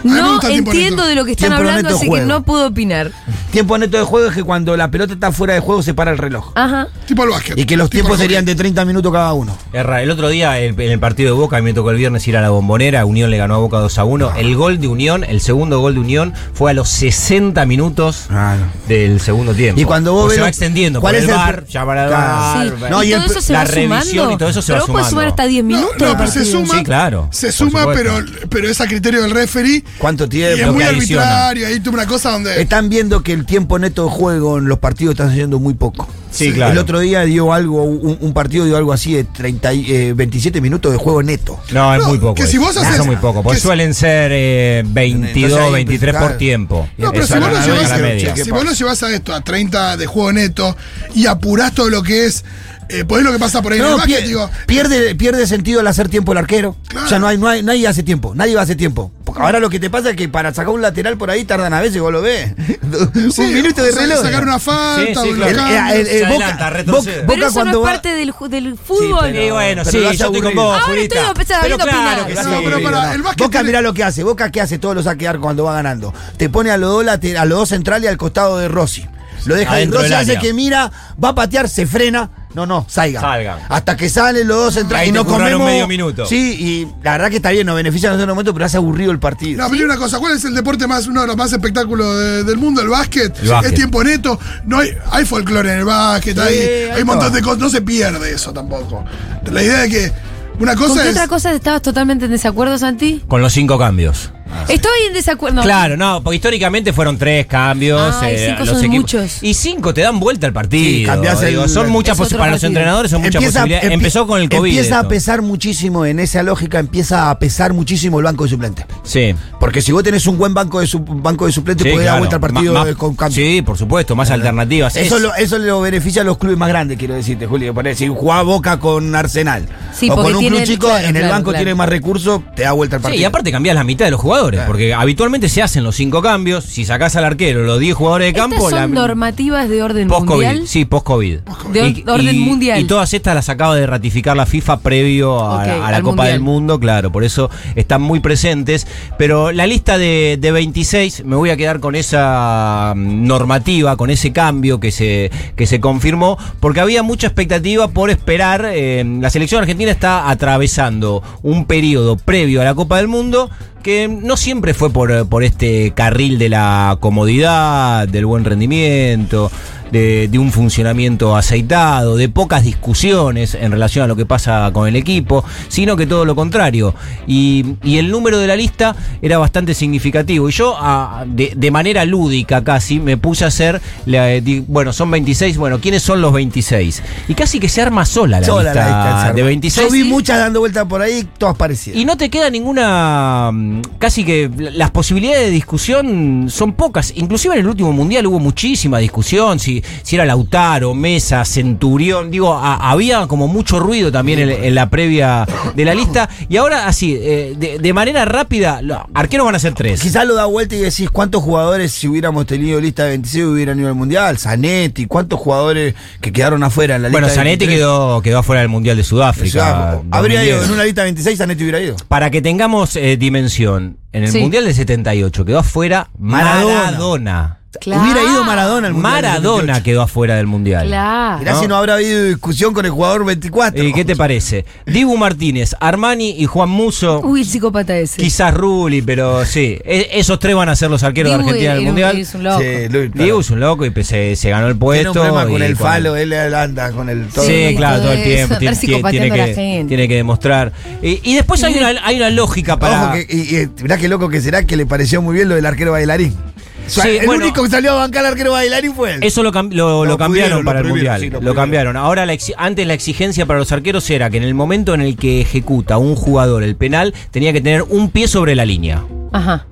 Speaker 4: Ah, me
Speaker 2: No
Speaker 4: gusta el tiempo
Speaker 2: entiendo
Speaker 4: neto.
Speaker 2: de lo que están
Speaker 5: Tiempo
Speaker 2: hablando,
Speaker 5: neto
Speaker 2: así
Speaker 5: juego.
Speaker 2: que no puedo opinar.
Speaker 5: Tiempo neto de juego es que cuando la pelota está fuera de juego se para el reloj.
Speaker 2: Ajá.
Speaker 4: Tipo el básquet.
Speaker 5: Y que los
Speaker 4: Tipo
Speaker 5: tiempos
Speaker 4: el
Speaker 5: serían de 30 minutos cada uno.
Speaker 3: Erra, el otro día en, en el partido de Boca, a mí me tocó el viernes ir a la bombonera, Unión le ganó a Boca 2 a 1. El gol de Unión, el segundo gol de Unión, fue a los 60 minutos
Speaker 5: Claro.
Speaker 3: del segundo tiempo.
Speaker 5: Ah. Y cuando vos
Speaker 3: Porque
Speaker 5: ves
Speaker 3: se va
Speaker 5: lo-
Speaker 3: extendiendo,
Speaker 5: ¿cuál
Speaker 3: por
Speaker 5: es
Speaker 3: el
Speaker 5: el
Speaker 3: bar,
Speaker 5: pro-
Speaker 3: llama al
Speaker 5: Claro.
Speaker 3: bar,
Speaker 2: Sí.
Speaker 3: bar.
Speaker 5: No,
Speaker 2: y,
Speaker 5: y el
Speaker 2: todo eso se
Speaker 3: la
Speaker 2: va sumando.
Speaker 3: revisión y todo eso se
Speaker 2: pero
Speaker 3: va
Speaker 2: vos podés
Speaker 3: sumando.
Speaker 2: sumar hasta 10
Speaker 4: No,
Speaker 2: minutos.
Speaker 4: no, pero se suma.
Speaker 3: Sí, claro.
Speaker 4: Se
Speaker 3: Por
Speaker 4: suma,
Speaker 3: supuesto.
Speaker 4: pero, pero es a criterio del referee.
Speaker 5: ¿Cuánto
Speaker 4: Y
Speaker 5: tiempo?
Speaker 4: es muy
Speaker 3: que adiciona.
Speaker 4: arbitrario. Ahí tuve una cosa donde.
Speaker 5: Están viendo que el tiempo neto de juego en los partidos están haciendo muy poco.
Speaker 3: Sí, claro.
Speaker 5: El otro día dio algo, un, un partido dio algo así de 30, y, eh, 27 minutos de juego neto.
Speaker 3: No, es
Speaker 4: No,
Speaker 3: muy poco.
Speaker 4: que si
Speaker 3: eso.
Speaker 4: vos haces-
Speaker 3: Eso es muy poco, porque
Speaker 4: que si-
Speaker 3: suelen ser eh, 22,
Speaker 5: Entonces ahí,
Speaker 3: 23
Speaker 5: claro.
Speaker 3: por tiempo.
Speaker 4: No, pero
Speaker 3: Esa
Speaker 4: si
Speaker 3: es
Speaker 4: vos, lo
Speaker 3: la-
Speaker 5: llevás
Speaker 3: la
Speaker 5: a-
Speaker 3: media.
Speaker 4: llevas, si
Speaker 5: ¿Qué
Speaker 4: vos
Speaker 5: pasa?
Speaker 4: lo llevas a esto, a 30 de juego neto, y apurás todo lo que es Eh, pues es lo que pasa por ahí en el
Speaker 5: No,
Speaker 4: básquet,
Speaker 5: pie-
Speaker 4: digo.
Speaker 5: pierde, pierde sentido el hacer tiempo el arquero.
Speaker 4: Claro.
Speaker 5: Ya no hay, no hay, nadie hace tiempo, nadie hace tiempo. Porque ahora lo que te pasa es que para sacar un lateral por ahí tardan a veces, vos lo ves. un
Speaker 4: Sí,
Speaker 5: minuto de
Speaker 4: o sea,
Speaker 5: reloj.
Speaker 4: Sacar una falta,
Speaker 3: Sí, sí,
Speaker 4: unos
Speaker 3: claro.
Speaker 5: El-
Speaker 4: cambios.
Speaker 5: el- el-
Speaker 3: Se
Speaker 5: Boca-
Speaker 3: adelanta, retrocede.
Speaker 5: Boca-
Speaker 2: Pero eso
Speaker 5: Boca
Speaker 2: no
Speaker 5: cuando
Speaker 2: es
Speaker 5: va-
Speaker 2: parte del, ju- del fútbol.
Speaker 3: pero- y bueno,
Speaker 5: pero
Speaker 3: sí,
Speaker 5: lo hace
Speaker 3: yo estoy con
Speaker 5: aburrido.
Speaker 3: vos,
Speaker 2: Ahora
Speaker 3: Julita.
Speaker 2: estoy empezando
Speaker 3: Pero
Speaker 2: a
Speaker 3: claro
Speaker 2: opinar.
Speaker 3: que
Speaker 4: No,
Speaker 3: sí.
Speaker 4: pero
Speaker 5: Sí,
Speaker 4: para-
Speaker 5: no.
Speaker 4: el básquet
Speaker 5: Boca
Speaker 4: tiene-
Speaker 5: mirá lo que hace, Boca qué hace todos los saquear cuando va ganando. Te pone a los dos late- a los dos centrales al costado de Rossi. Lo deja ahí.
Speaker 3: Adentro
Speaker 5: Rossi
Speaker 3: del
Speaker 5: hace
Speaker 3: área.
Speaker 5: que mira, va a patear, se frena. No, no, salga.
Speaker 3: Salga.
Speaker 5: Hasta que salen los dos centrales
Speaker 3: Ahí
Speaker 5: y
Speaker 3: te
Speaker 5: no
Speaker 3: curraron
Speaker 5: comemos.
Speaker 3: medio minuto.
Speaker 5: Sí, y la verdad que está bien, nos beneficia en ese momento, pero hace aburrido el partido.
Speaker 4: No, pero hay una cosa, ¿cuál es el deporte más, uno de los más espectáculos de- del mundo? El básquet.
Speaker 3: El básquet.
Speaker 4: Es tiempo neto. No hay, hay folclore en el básquet, hay, hay
Speaker 5: hay
Speaker 4: un montón
Speaker 5: todo.
Speaker 4: de cosas. No se pierde eso tampoco. La idea de que una
Speaker 2: ¿Con
Speaker 4: cosa
Speaker 2: qué
Speaker 4: es.
Speaker 2: otra cosa estabas totalmente en desacuerdo, Santi?
Speaker 3: Con los cinco cambios.
Speaker 2: Estoy en desacuerdo. No.
Speaker 3: Ah, Claro, no, porque históricamente fueron tres cambios. eh,
Speaker 2: Ah, y cinco
Speaker 3: los
Speaker 2: son
Speaker 3: equipos-
Speaker 2: muchos.
Speaker 3: Y cinco te dan vuelta al partido.
Speaker 5: Sí, cambiás el-
Speaker 3: Digo, son muchas
Speaker 2: Es
Speaker 3: posi-
Speaker 2: otro
Speaker 3: Para los
Speaker 2: partido.
Speaker 3: entrenadores son muchas posibilidades.
Speaker 5: empie-
Speaker 3: Empezó con el COVID.
Speaker 5: Empieza a
Speaker 3: esto.
Speaker 5: pesar muchísimo, en esa lógica empieza a pesar muchísimo el banco de suplentes.
Speaker 3: Sí.
Speaker 5: Porque si vos tenés un buen banco de, su- banco de suplentes,
Speaker 3: Sí,
Speaker 5: podés dar
Speaker 3: claro.
Speaker 5: vuelta al partido
Speaker 3: Ma- ma-
Speaker 5: eh, con cambio.
Speaker 3: Sí, por supuesto, más alternativas.
Speaker 5: Eso,
Speaker 3: Es-
Speaker 5: lo, eso lo beneficia a los clubes más grandes, quiero decirte, Julio. Por decir, jugá Boca con Arsenal.
Speaker 2: Sí,
Speaker 5: o
Speaker 2: porque
Speaker 5: con un
Speaker 2: tiene
Speaker 5: club
Speaker 2: el-
Speaker 5: chico,
Speaker 2: claro,
Speaker 5: en el
Speaker 2: claro,
Speaker 5: banco
Speaker 2: claro.
Speaker 5: tiene más recursos, te da vuelta al
Speaker 3: Sí,
Speaker 5: partido.
Speaker 3: y aparte cambiás la mitad de los jugadores,
Speaker 5: Claro.
Speaker 3: porque habitualmente se hacen los cinco cambios. Si sacás al arquero los 10 jugadores de
Speaker 2: Estas
Speaker 3: campo,
Speaker 2: son
Speaker 3: la-
Speaker 2: normativas de orden
Speaker 3: Post-COVID,
Speaker 2: mundial.
Speaker 3: sí, post-COVID.
Speaker 2: De or- orden mundial.
Speaker 3: Y todas estas las acaba de ratificar la FIFA previo a,
Speaker 2: Ok,
Speaker 3: a la
Speaker 2: al
Speaker 3: Copa
Speaker 2: mundial.
Speaker 3: del Mundo, claro, por eso están muy presentes. Pero la lista de, de 26, me voy a quedar con esa mm, normativa, con ese cambio que se, que se confirmó, porque había mucha expectativa por esperar. eh, la selección argentina está atravesando un periodo previo a la Copa del Mundo que no siempre fue por, por este carril de la comodidad, del buen rendimiento, de, de un funcionamiento aceitado, de pocas discusiones en relación a lo que pasa con el equipo, sino que todo lo contrario. Y, y el número de la lista era bastante significativo. Y yo, a- de, de manera lúdica casi, me puse a hacer, la- eh, di- bueno, son 26, bueno, ¿quiénes son los 26? Y casi que se arma sola la,
Speaker 5: Sola
Speaker 3: lista,
Speaker 5: esa,
Speaker 3: de
Speaker 5: hermano.
Speaker 3: 26.
Speaker 5: Yo vi
Speaker 2: Sí.
Speaker 5: muchas dando vuelta por ahí, todas parecidas.
Speaker 3: Y no te queda ninguna. mm, Casi que la- las posibilidades de discusión son pocas. Inclusive en el último mundial hubo muchísima discusión. Si, si era Lautaro, Mesa, Centurión. Digo, a- había como mucho ruido también en, en la previa de la lista. Y ahora, así, eh, de, de manera rápida, lo- arqueros van a ser tres.
Speaker 5: Quizás lo da vuelta y decís cuántos jugadores, si hubiéramos tenido lista de 26, hubieran ido al Mundial. Zanetti, cuántos jugadores que quedaron afuera en la
Speaker 3: Bueno,
Speaker 5: lista de
Speaker 3: Zanetti
Speaker 5: 23?
Speaker 3: quedó, quedó afuera del mundial de
Speaker 5: O sea,
Speaker 3: Sudáfrica.
Speaker 5: habría
Speaker 3: 2010.
Speaker 5: ido en una lista de 26, Zanetti hubiera ido.
Speaker 3: Para que tengamos eh, dimensión, en el
Speaker 2: Sí.
Speaker 3: mundial de 78 quedó afuera
Speaker 5: Maradona.
Speaker 3: Maradona.
Speaker 2: Claro.
Speaker 5: Hubiera ido Maradona al Mundial. del
Speaker 3: Maradona
Speaker 5: 78.
Speaker 3: quedó afuera del mundial.
Speaker 2: Claro.
Speaker 5: Mirá
Speaker 3: Ah, ¿no?
Speaker 5: si no habrá habido discusión con el jugador 24.
Speaker 3: ¿Y Eh, qué te parece? Dibu Martínez, Armani y Juan Muso.
Speaker 2: Uy, el psicópata ese.
Speaker 3: Quizás Rulli, pero sí. E- esos tres van a ser los arqueros
Speaker 2: Dibu
Speaker 3: de Argentina
Speaker 2: era
Speaker 3: del
Speaker 2: un-
Speaker 3: Mundial.
Speaker 2: es un loco.
Speaker 5: Sí, Luis, claro.
Speaker 3: Dibu es un loco y se, se ganó el
Speaker 5: Tiene
Speaker 3: puesto.
Speaker 5: un problema con
Speaker 3: y
Speaker 5: el
Speaker 3: con-
Speaker 5: falo, él anda con el todo.
Speaker 3: Sí,
Speaker 2: Sí,
Speaker 3: claro,
Speaker 2: todo
Speaker 3: todo el tiempo.
Speaker 2: eso,
Speaker 3: Tiene, tiene- tiene
Speaker 2: andar psicopateando a la
Speaker 3: que,
Speaker 2: gente.
Speaker 3: tiene que demostrar. Y, y después hay una, hay una lógica para.
Speaker 5: Ojo que, y, y mirá qué loco que será que le pareció muy bien lo del arquero bailarín. O sea,
Speaker 3: Sí,
Speaker 5: el
Speaker 3: bueno. eh,
Speaker 5: único que salió a bancar al arquero bailarín fue él.
Speaker 3: Eso lo, cam- lo-
Speaker 5: Lo
Speaker 3: lo cambiaron
Speaker 5: pudieron,
Speaker 3: para
Speaker 5: lo
Speaker 3: el
Speaker 5: prohibieron,
Speaker 3: Mundial.
Speaker 5: sí, lo
Speaker 3: lo
Speaker 5: prohibieron.
Speaker 3: cambiaron. Ahora, la exi- antes la exigencia para los arqueros era que en el momento en el que ejecuta un jugador el penal, tenía que tener un pie sobre la línea.
Speaker 2: Ajá.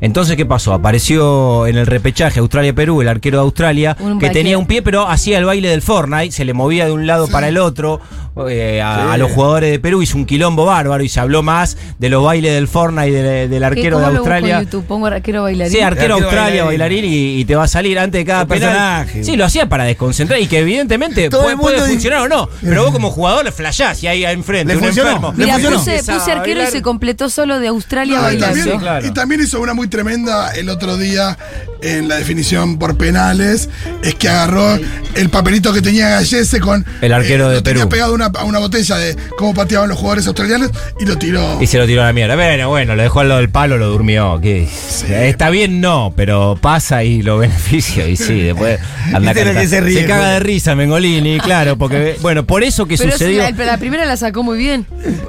Speaker 3: Entonces, ¿qué pasó? Apareció en el repechaje Australia-Perú el arquero de Australia,
Speaker 2: Un
Speaker 3: que
Speaker 2: vaquero.
Speaker 3: tenía un pie, pero hacía el baile del Fortnite, se le movía de un lado para el otro eh, a, a los jugadores de Perú, hizo un quilombo bárbaro y se habló más de los bailes del Fortnite del, del
Speaker 2: ¿Qué-
Speaker 3: arquero
Speaker 2: cómo
Speaker 3: de
Speaker 2: lo busco en
Speaker 3: Australia.
Speaker 2: YouTube? Pongo arquero bailarín.
Speaker 3: Sí, arquero
Speaker 5: Arquero
Speaker 3: Australia, bailarín,
Speaker 5: bailarín
Speaker 3: y, y te va a salir antes de cada
Speaker 5: El
Speaker 3: penal.
Speaker 5: personaje.
Speaker 3: Sí, lo hacía para desconcentrar y que evidentemente
Speaker 5: Todo
Speaker 3: puede,
Speaker 5: el mundo
Speaker 3: puede
Speaker 5: dice-
Speaker 3: funcionar o no. Pero vos como jugador le flashás y ahí enfrente,
Speaker 5: Le
Speaker 3: un
Speaker 5: funcionó,
Speaker 3: enfermo.
Speaker 5: le
Speaker 2: Mira,
Speaker 5: funcionó.
Speaker 2: puse,
Speaker 3: Empieza a
Speaker 2: puse arquero y
Speaker 3: bailar.
Speaker 2: se completó solo de Australia
Speaker 4: No, Ah, y,
Speaker 2: bailando.
Speaker 4: también,
Speaker 3: Sí, claro.
Speaker 4: y también hizo una muy tremenda el otro día en la definición por penales. Es que agarró el papelito que tenía Gallese con. eh,
Speaker 3: El arquero de
Speaker 4: lo tenía
Speaker 3: Perú.
Speaker 4: pegado una- a una botella de cómo pateaban los jugadores australianos y lo tiró.
Speaker 3: Y se lo tiró a la mierda. Bueno, bueno, lo dejó al lado del palo, lo durmió. ¿qué? Está bien, no, pero pasa y lo beneficia. Y sí, después anda a
Speaker 5: Viste lo
Speaker 3: cantar.
Speaker 5: que se ríe,
Speaker 3: caga
Speaker 5: Julio.
Speaker 3: de risa Mengolini, claro, porque, bueno, por eso que
Speaker 2: Pero es
Speaker 3: sucedió.
Speaker 2: la, la primera la sacó muy bien.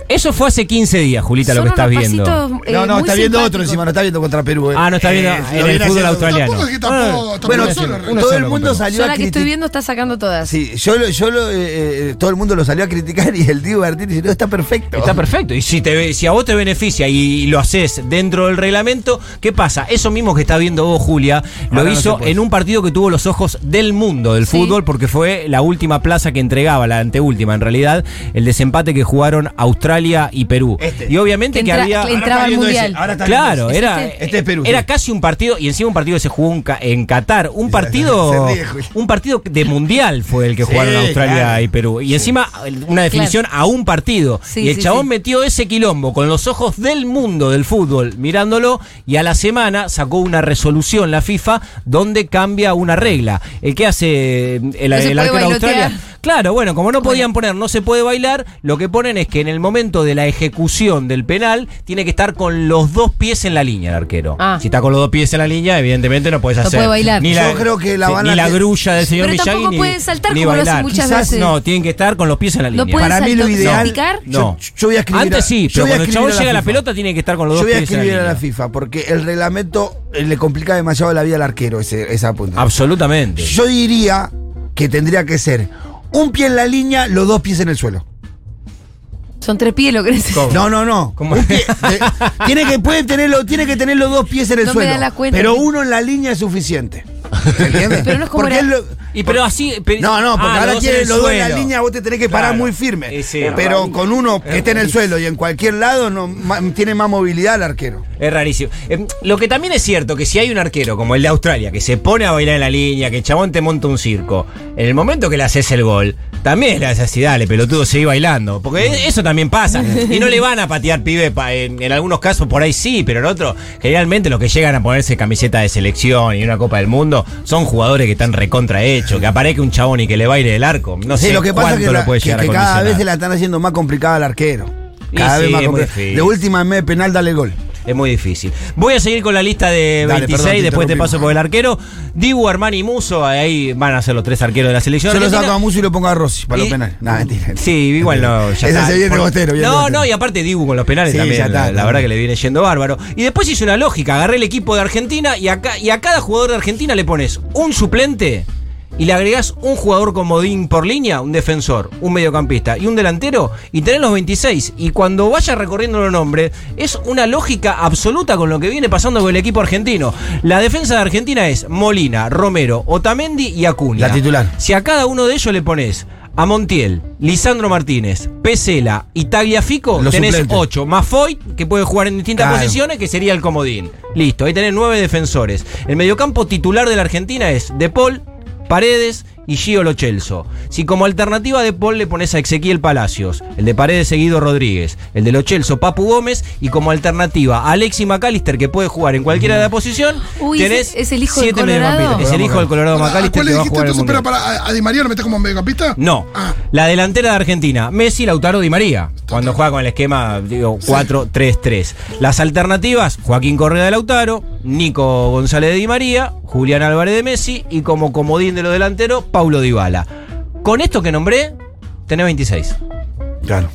Speaker 3: Eso fue hace 15 días, Julita, lo
Speaker 2: Son
Speaker 3: que estás
Speaker 2: unos
Speaker 3: viendo.
Speaker 2: pasitos, eh,
Speaker 5: no, no,
Speaker 2: muy
Speaker 5: está viendo
Speaker 2: simpáticos.
Speaker 5: otro encima, no está viendo contra Perú. eh.
Speaker 3: Ah, no está viendo
Speaker 5: Eh,
Speaker 3: en
Speaker 5: lo
Speaker 3: el
Speaker 5: viene
Speaker 3: fútbol
Speaker 5: haciendo-
Speaker 3: australiano. bueno.
Speaker 4: Tampoco es que tampoco-
Speaker 3: Ah,
Speaker 4: tampoco
Speaker 5: Bueno,
Speaker 4: es
Speaker 3: solo,
Speaker 5: todo
Speaker 3: uno
Speaker 5: el
Speaker 3: solo
Speaker 5: mundo
Speaker 3: compró.
Speaker 5: salió
Speaker 2: Yo
Speaker 5: a
Speaker 2: la que estoy
Speaker 5: criticar-
Speaker 2: viendo está sacando todas.
Speaker 5: Sí, yo lo, yo lo, eh, eh, todo el mundo lo salió a criticar y el tío Bertini dice, no, está perfecto.
Speaker 3: Está perfecto. Y si, te, ve- si a vos te beneficia y lo haces dentro del reglamento, ¿qué pasa? Eso mismo que está viendo vos, Julia, lo
Speaker 5: Ahora no se
Speaker 3: hizo
Speaker 5: puede.
Speaker 3: en un partido que tuvo los ojos del mundo del
Speaker 2: Sí.
Speaker 3: fútbol, porque fue la última plaza que entregaba, la anteúltima en realidad, el desempate que jugaron Australia y Perú.
Speaker 5: Este.
Speaker 3: Y obviamente
Speaker 2: Que
Speaker 3: que
Speaker 2: entra-
Speaker 3: había.
Speaker 2: que entraba al
Speaker 5: viendo ese,
Speaker 2: mundial.
Speaker 5: ahora está
Speaker 3: Claro,
Speaker 5: viendo
Speaker 3: era,
Speaker 5: Este- este es Perú,
Speaker 3: era
Speaker 5: sí.
Speaker 3: casi un partido, y encima un partido que se jugó en, Ca- en Qatar, un partido,
Speaker 5: Se ríe, Julia.
Speaker 3: un partido de mundial fue el que
Speaker 5: Sí,
Speaker 3: jugaron Australia
Speaker 5: claro.
Speaker 3: y Perú. Y encima eh, una definición a un partido.
Speaker 2: Sí,
Speaker 3: y el
Speaker 2: sí,
Speaker 3: chabón
Speaker 2: sí.
Speaker 3: metió ese quilombo con los ojos del mundo del fútbol mirándolo y a la semana sacó una resolución la FIFA donde cambia una regla. El que hace eh, el,
Speaker 2: No se
Speaker 3: el
Speaker 2: puede
Speaker 3: arquero de
Speaker 2: bailotear.
Speaker 3: Australia. Claro, bueno, como no podían poner no se puede bailar, lo que ponen es que en el momento de la ejecución del penal tiene que estar con los dos pies en la línea el arquero.
Speaker 2: Ah.
Speaker 3: Si está con los dos pies en la línea, evidentemente no puedes
Speaker 2: No
Speaker 3: hacer
Speaker 2: puede bailar.
Speaker 3: ni la,
Speaker 5: Yo creo que la
Speaker 3: sí,
Speaker 5: van
Speaker 3: ni
Speaker 5: a
Speaker 3: la
Speaker 5: te-
Speaker 3: grulla del señor
Speaker 2: Pero
Speaker 3: Miyagi
Speaker 2: tampoco
Speaker 3: ni-
Speaker 2: pueden saltar
Speaker 3: ni
Speaker 2: como lo hacen
Speaker 3: bailar.
Speaker 2: muchas
Speaker 5: Quizás
Speaker 2: veces.
Speaker 3: No, tienen que estar con los pies en la
Speaker 2: No
Speaker 3: línea.
Speaker 2: pueden
Speaker 5: Para mí lo
Speaker 2: saltar-
Speaker 5: ideal-
Speaker 2: salpicar.
Speaker 3: No.
Speaker 5: Yo, yo voy a escribir
Speaker 3: Antes
Speaker 5: a-
Speaker 3: sí,
Speaker 5: yo
Speaker 3: pero
Speaker 5: voy a
Speaker 3: cuando el chabón
Speaker 5: escribir a la
Speaker 3: llega a la
Speaker 5: FIFA.
Speaker 3: pelota tiene que estar con los
Speaker 5: Yo
Speaker 3: dos
Speaker 5: voy a
Speaker 3: pies en la
Speaker 5: escribir a la
Speaker 3: línea.
Speaker 5: FIFA porque el reglamento eh, le complica demasiado la vida al arquero ese- esa punta.
Speaker 3: Absolutamente.
Speaker 5: Yo diría que tendría que ser un pie en la línea, los dos pies en el suelo.
Speaker 2: Son tres pies lo que necesitas.
Speaker 5: No, no, no.
Speaker 3: Oh. ¿Cómo?
Speaker 5: Un pie- de- tiene, que, puede tenerlo, tiene que tener los dos pies en el
Speaker 2: No me
Speaker 5: suelo.
Speaker 2: da la cuenta.
Speaker 5: Pero uno en la línea es suficiente. ¿Entiendes?
Speaker 2: Pero no es como
Speaker 5: Porque
Speaker 2: era-
Speaker 5: lo-
Speaker 3: Y pero así. pero-
Speaker 5: No, no, porque
Speaker 3: Ah,
Speaker 5: ahora
Speaker 3: dos
Speaker 5: quieren
Speaker 3: el
Speaker 5: los dos en la
Speaker 3: suelo.
Speaker 5: línea, vos te tenés que parar
Speaker 3: Claro.
Speaker 5: muy firme.
Speaker 3: Y sí.
Speaker 5: Pero con uno que esté en el suelo y en cualquier lado, no, ma- tiene más movilidad el arquero.
Speaker 3: Es rarísimo. Eh, lo que también es cierto que si hay un arquero como el de Australia que se pone a bailar en la línea, que el chabón te monta un circo, en el momento que le haces el gol, también le haces así, dale, pelotudo, seguí bailando.
Speaker 5: Mm.
Speaker 3: Porque e- eso también pasa. Y no le van a patear pibe, pa- en, en algunos casos por ahí sí, pero en otros, generalmente los que llegan a ponerse camiseta de selección y una Copa del Mundo son jugadores que están recontrahechos, que aparezca un chabón y que le baile el arco. No sé
Speaker 5: Sí, lo que pasa es
Speaker 3: cuánto
Speaker 5: que,
Speaker 3: lo
Speaker 5: la-
Speaker 3: puede
Speaker 5: que-
Speaker 3: llegar
Speaker 5: que
Speaker 3: a
Speaker 5: cada vez
Speaker 3: condicionar.
Speaker 5: se la están haciendo más complicada al arquero. Cada
Speaker 3: Y
Speaker 5: vez
Speaker 3: sí,
Speaker 5: más
Speaker 3: es muy
Speaker 5: complicada.
Speaker 3: difícil.
Speaker 5: De última, en vez de penal, dale el gol.
Speaker 3: Es muy difícil. Voy a seguir con la lista de
Speaker 5: Dale,
Speaker 3: 26,
Speaker 5: perdón, te
Speaker 3: después te
Speaker 5: interrumpí.
Speaker 3: paso por el arquero. Dibu, Armani y Muso, ahí van a ser los tres arqueros de la selección.
Speaker 5: Yo lo
Speaker 3: argentina.
Speaker 5: saco a Musi y lo pongo a Rossi
Speaker 3: Y-
Speaker 5: para los penales. No, mentira.
Speaker 3: Sí, igual no.
Speaker 5: Ese
Speaker 3: ya está.
Speaker 5: se viene
Speaker 3: Por-
Speaker 5: Bostero, viene
Speaker 3: No,
Speaker 5: Bostero.
Speaker 3: no, y aparte Dibu con los penales
Speaker 5: Sí,
Speaker 3: también.
Speaker 5: ya está,
Speaker 3: la- la
Speaker 5: también.
Speaker 3: verdad que le viene yendo bárbaro. Y después hice una lógica. Agarré el equipo de Argentina y, acá, y a cada jugador de Argentina le pones un suplente y le agregás un jugador comodín por línea, un defensor, un mediocampista y un delantero y tenés los 26. Y cuando vaya recorriendo los nombres, es una lógica absoluta con lo que viene pasando con el equipo argentino. La defensa de Argentina es Molina, Romero, Otamendi y Acuña.
Speaker 5: La titular.
Speaker 3: Si a cada uno de ellos le pones a Montiel, Lisandro Martínez, Pesela y Tagliafico,
Speaker 5: Los
Speaker 3: tenés
Speaker 5: suplentes.
Speaker 3: 8. Más Foyt, que puede jugar en distintas
Speaker 5: Claro.
Speaker 3: posiciones, que sería el comodín. Listo, ahí tenés 9 defensores. El mediocampo titular de la Argentina es De Paul, Paredes y Gio Lo Celso. Si como alternativa a de Paul le pones a Ezequiel Palacios, el de Paredes seguido Rodríguez, el de Lo Celso Papu Gómez y como alternativa a Alexi McAllister que puede jugar en cualquiera de la posición,
Speaker 2: Uy, ese
Speaker 3: tenés
Speaker 2: es el hijo del
Speaker 3: siete
Speaker 2: Colorado.
Speaker 3: mediocampistas. Es el hijo del Colorado
Speaker 4: Pará,
Speaker 3: McAllister
Speaker 4: ¿Cuál
Speaker 3: que
Speaker 4: le
Speaker 3: va a
Speaker 4: dijiste
Speaker 3: jugar en el
Speaker 4: entonces? Pero
Speaker 3: Mundial.
Speaker 4: para a, a Di María lo metes como mediocampista?
Speaker 3: No.
Speaker 4: Ah.
Speaker 3: La delantera de Argentina, Messi, Lautaro Di María, cuando juega con el esquema digo, 4-3-3. Las alternativas, Joaquín Correa de Lautaro, Nico González de Di María, Julián Álvarez de Messi y como comodín de los delanteros, Paulo Dybala. Con esto que nombré, tenés 26.
Speaker 5: Claro.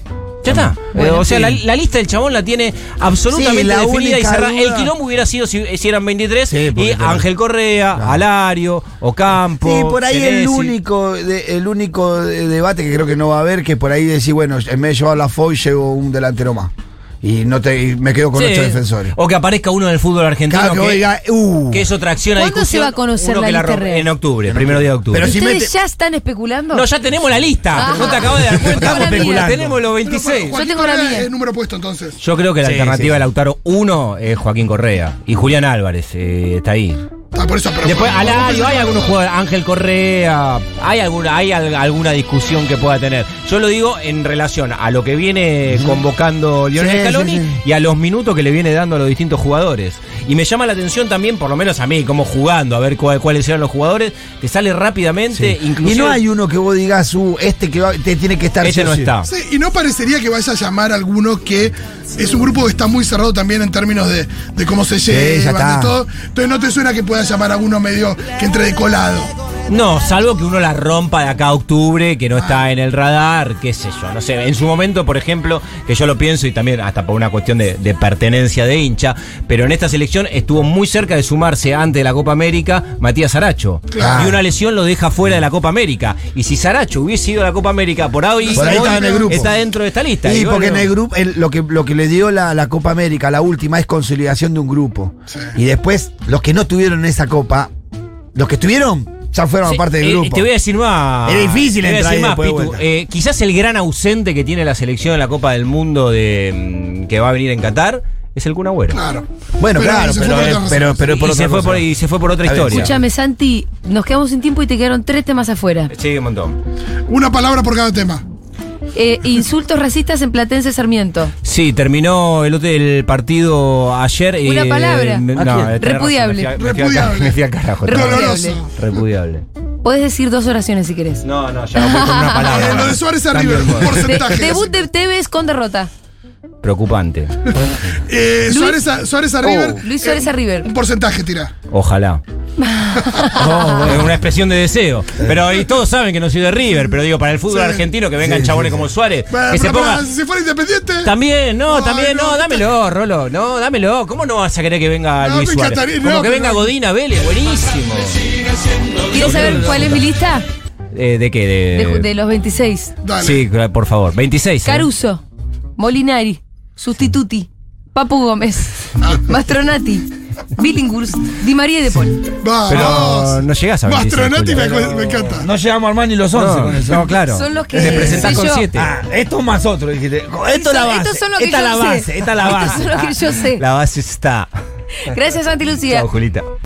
Speaker 3: Ya está. Eh,
Speaker 5: Bueno,
Speaker 3: o sea,
Speaker 5: sí.
Speaker 3: la, la lista del chabón la tiene absolutamente
Speaker 5: Sí, la
Speaker 3: definida y
Speaker 5: única
Speaker 3: cerrada. El
Speaker 5: duda-
Speaker 3: quilombo hubiera sido si, si eran 23
Speaker 5: Sí, porque
Speaker 3: y
Speaker 5: tenés-
Speaker 3: Ángel Correa,
Speaker 5: Claro.
Speaker 3: Alario, Ocampo.
Speaker 5: Sí, por ahí el
Speaker 3: Senesi.
Speaker 5: único, de- el único de- debate que creo que no va a haber, que por ahí decir, bueno, en vez de llevar la FOI, llevo un delantero más. Y no te y me quedo con
Speaker 3: Sí.
Speaker 5: ocho defensores.
Speaker 3: O que aparezca uno del fútbol argentino
Speaker 5: Claro que
Speaker 3: que,
Speaker 5: oiga, uh.
Speaker 3: que eso tracciona
Speaker 2: ¿Cuándo
Speaker 3: discusión,
Speaker 2: se va a conocer
Speaker 3: uno
Speaker 2: la
Speaker 3: que
Speaker 2: lista
Speaker 3: rom-
Speaker 2: real?
Speaker 3: En octubre, primero día de octubre.
Speaker 5: Pero si
Speaker 2: ¿Ustedes
Speaker 5: mete-
Speaker 2: ya están especulando?
Speaker 3: no, ya tenemos la lista.
Speaker 2: Ajá.
Speaker 3: No te acabas de dar cuenta.
Speaker 2: Ah. Estamos
Speaker 3: porque
Speaker 2: especulando.
Speaker 3: Tenemos los
Speaker 4: Pero,
Speaker 3: 26.
Speaker 4: Juan,
Speaker 2: Yo tengo la
Speaker 4: ¿cuál era
Speaker 2: mía.
Speaker 4: El número puesto entonces.
Speaker 3: Yo creo que la
Speaker 5: Sí,
Speaker 3: alternativa
Speaker 5: sí.
Speaker 3: de Lautaro 1 es Joaquín Correa y Julián Álvarez. eh, está ahí.
Speaker 4: Ah, por eso, pero-
Speaker 3: Después, Alario, hay algunos jugadores, Ángel Correa, hay alguna, hay al- alguna discusión que pueda tener. Yo lo digo en relación a lo que viene convocando Lionel
Speaker 5: Sí, sí,
Speaker 3: Scaloni
Speaker 5: sí.
Speaker 3: y a los minutos que le viene dando a los distintos jugadores. Y me llama la atención también, por lo menos a mí, como jugando, a ver cua- cuáles eran los jugadores, te sale rápidamente, incluso
Speaker 5: Y no hay uno que vos digas, uh, este que va- te tiene que estar.
Speaker 3: este
Speaker 5: sí o
Speaker 3: no
Speaker 5: sí.
Speaker 3: está.
Speaker 4: Sí, y no parecería que vaya a llamar a alguno que es un grupo que está muy cerrado también en términos de, de cómo se
Speaker 5: ya
Speaker 4: llevan,
Speaker 5: está.
Speaker 4: de todo. Entonces no te suena que pueda llamar a alguno medio que entre de colado.
Speaker 3: No, salvo que uno la rompa de acá a octubre, que no está en el radar, qué sé yo. No sé, en su momento, por ejemplo, que yo lo pienso y también hasta por una cuestión de, de pertenencia de hincha, pero en esta selección estuvo muy cerca de sumarse antes de la Copa América Matías Aracho.
Speaker 5: Claro.
Speaker 3: Y una lesión lo deja fuera de la Copa América. Y si Saracho hubiese ido a la Copa América por ahí,
Speaker 5: Por ahí
Speaker 3: hoy
Speaker 5: está en el grupo.
Speaker 3: está dentro de esta lista.
Speaker 5: Sí,
Speaker 3: Y
Speaker 5: porque en
Speaker 3: bueno,
Speaker 5: el grupo, el- lo, que, lo que le dio la, la Copa América, la última, es consolidación de un grupo. Y después, los que no tuvieron esa copa, los que estuvieron, ya fueron
Speaker 3: Sí,
Speaker 5: parte del
Speaker 3: eh,
Speaker 5: grupo.
Speaker 3: Te voy a decir más.
Speaker 5: Es difícil
Speaker 3: te voy a
Speaker 5: entrar
Speaker 3: decir
Speaker 5: ahí
Speaker 3: más,
Speaker 5: después de
Speaker 3: Pitu.
Speaker 5: vuelta.
Speaker 3: Eh, quizás el gran ausente que tiene la selección en la Copa del Mundo de, mm, que va a venir en Qatar es el Kun Agüero.
Speaker 4: Claro.
Speaker 5: bueno,
Speaker 4: Pero
Speaker 5: claro,
Speaker 4: se fue
Speaker 5: pero,
Speaker 4: por
Speaker 5: eh,
Speaker 4: otras
Speaker 5: pero,
Speaker 4: razones.
Speaker 5: pero
Speaker 3: y,
Speaker 5: es por
Speaker 3: se
Speaker 5: otra
Speaker 3: fue
Speaker 5: cosa.
Speaker 3: por, y se fue por otra
Speaker 5: A ver,
Speaker 3: historia.
Speaker 2: Escúchame, Santi, nos quedamos sin tiempo y te quedaron tres temas afuera.
Speaker 3: Sí, un montón.
Speaker 4: Una palabra por cada tema.
Speaker 2: Eh, insultos racistas en Platense Sarmiento.
Speaker 3: Sí, terminó el, otro- el partido ayer. y,
Speaker 2: Una palabra.
Speaker 3: eh,
Speaker 5: ¿A quién?
Speaker 3: tenés razón,
Speaker 2: Repudiable.
Speaker 3: me fui a- me fui a-
Speaker 4: Repudiable.
Speaker 3: Me fui al carajo.
Speaker 4: Doloroso.
Speaker 3: Repudiable.
Speaker 2: Podés decir dos oraciones si querés.
Speaker 3: No, no, ya voy con una
Speaker 4: Eh, lo de
Speaker 3: palabra.
Speaker 4: Suárez
Speaker 3: Cambio
Speaker 4: arriba,
Speaker 3: de juego.
Speaker 2: De-
Speaker 4: porcentaje.
Speaker 2: debut de Tevez con derrota.
Speaker 3: Preocupante.
Speaker 4: Eh,
Speaker 2: Luis- Oh.
Speaker 4: Suárez, a, Suárez a River.
Speaker 2: Luis Suárez
Speaker 4: eh,
Speaker 2: a River.
Speaker 4: Un porcentaje tira.
Speaker 3: Ojalá. Es una expresión de deseo. Pero y todos saben que no soy de River, pero digo, para el fútbol
Speaker 4: Sí.
Speaker 3: argentino que vengan chabones como Suárez,
Speaker 4: Bueno,
Speaker 3: que se
Speaker 4: pero
Speaker 3: ponga.
Speaker 4: pará, si fuera independiente.
Speaker 3: También, no,
Speaker 4: Ay,
Speaker 3: también, no,
Speaker 4: no,
Speaker 3: dámelo, Rolo, no, dámelo. ¿Cómo no vas a querer que venga
Speaker 4: No,
Speaker 3: Luis
Speaker 4: me
Speaker 3: Suárez?
Speaker 4: encantaría,
Speaker 3: Como
Speaker 4: no,
Speaker 3: que
Speaker 4: pero-
Speaker 3: venga Godina Vélez, buenísimo.
Speaker 2: ¿Quieres saber cuál es mi lista?
Speaker 3: Eh, ¿De qué?
Speaker 2: De,
Speaker 3: De,
Speaker 2: ju- de los 26.
Speaker 4: Dale.
Speaker 3: Sí, claro, por favor. 26. ¿eh?
Speaker 2: Caruso, Molinari, Sustituti, Papu Gómez,
Speaker 3: Ah.
Speaker 2: Mastronati, Billinghurst, Di María y De Paul.
Speaker 4: Vamos.
Speaker 3: Pero no llegás a 26.
Speaker 4: Mastronati me,
Speaker 3: Julio.
Speaker 4: me encanta.
Speaker 6: No llegamos al más ni los 11
Speaker 3: No,
Speaker 6: con eso.
Speaker 3: no, claro.
Speaker 2: Son los que-
Speaker 3: Te presentás
Speaker 2: soy
Speaker 3: con
Speaker 2: yo.
Speaker 3: 7.
Speaker 6: Ah, esto más otro, dijiste. Esto es la base.
Speaker 2: Estos son los que
Speaker 6: esta es
Speaker 2: yo
Speaker 6: la
Speaker 2: sé.
Speaker 6: base, Ah, esta es la base.
Speaker 2: Estos son los que yo sé.
Speaker 3: La base está.
Speaker 2: Gracias, Santi Lucía.
Speaker 3: Chao, Julita.